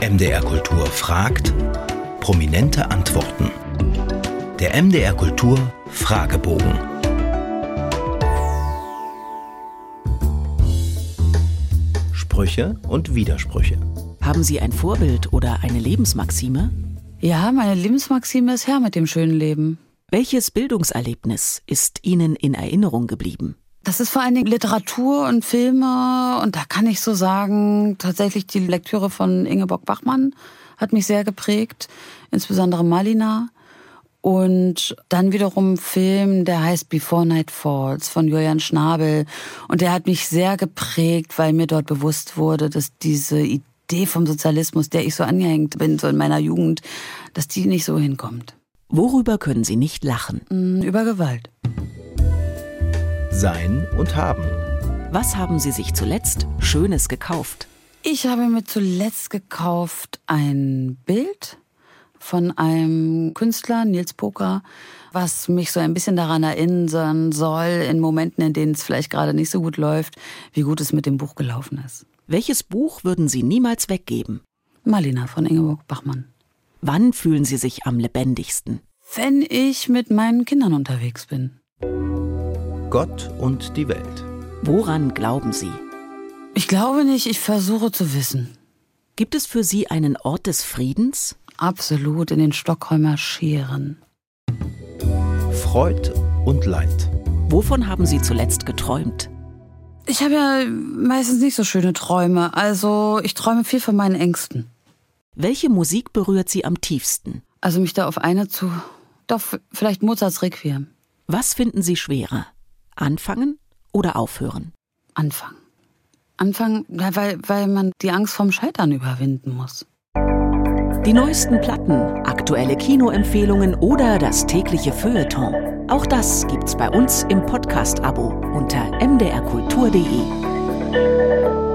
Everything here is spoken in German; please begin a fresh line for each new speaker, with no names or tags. MDR Kultur fragt, prominente Antworten. Der MDR Kultur Fragebogen. Sprüche und Widersprüche.
Haben Sie ein Vorbild oder eine Lebensmaxime?
Ja, meine Lebensmaxime ist her mit dem schönen Leben.
Welches Bildungserlebnis ist Ihnen in Erinnerung geblieben?
Das ist vor allen Dingen Literatur und Filme und da kann ich so sagen, tatsächlich die Lektüre von Ingeborg Bachmann hat mich sehr geprägt, insbesondere Malina. Und dann wiederum ein Film, der heißt Before Night Falls von Julian Schnabel. Und der hat mich sehr geprägt, weil mir dort bewusst wurde, dass diese Idee vom Sozialismus, der ich so angehängt bin, so in meiner Jugend, dass die nicht so hinkommt.
Worüber können Sie nicht lachen?
Mm, Über Gewalt.
Sein und haben.
Was haben Sie sich zuletzt Schönes gekauft?
Ich habe mir zuletzt gekauft ein Bild von einem Künstler, Nils Poker, was mich so ein bisschen daran erinnern soll, in Momenten, in denen es vielleicht gerade nicht so gut läuft, wie gut es mit dem Buch gelaufen ist.
Welches Buch würden Sie niemals weggeben?
Marlina von Ingeborg Bachmann.
Wann fühlen Sie sich am lebendigsten?
Wenn ich mit meinen Kindern unterwegs bin.
Gott und die Welt.
Woran glauben Sie?
Ich glaube nicht, ich versuche zu wissen.
Gibt es für Sie einen Ort des Friedens?
Absolut in den Stockholmer Scheren.
Freud und Leid.
Wovon haben Sie zuletzt geträumt?
Ich habe ja meistens nicht so schöne Träume. Also ich träume viel von meinen Ängsten.
Welche Musik berührt Sie am tiefsten?
Also mich da auf eine zu. Doch v- vielleicht Mozarts Requiem.
Was finden Sie schwerer? Anfangen oder aufhören?
Anfang. Anfang, ja, weil, weil man die Angst vom Scheitern überwinden muss.
Die neuesten Platten, aktuelle Kinoempfehlungen oder das tägliche Feuilleton. Auch das gibt's bei uns im Podcast-Abo unter mdrkultur.de.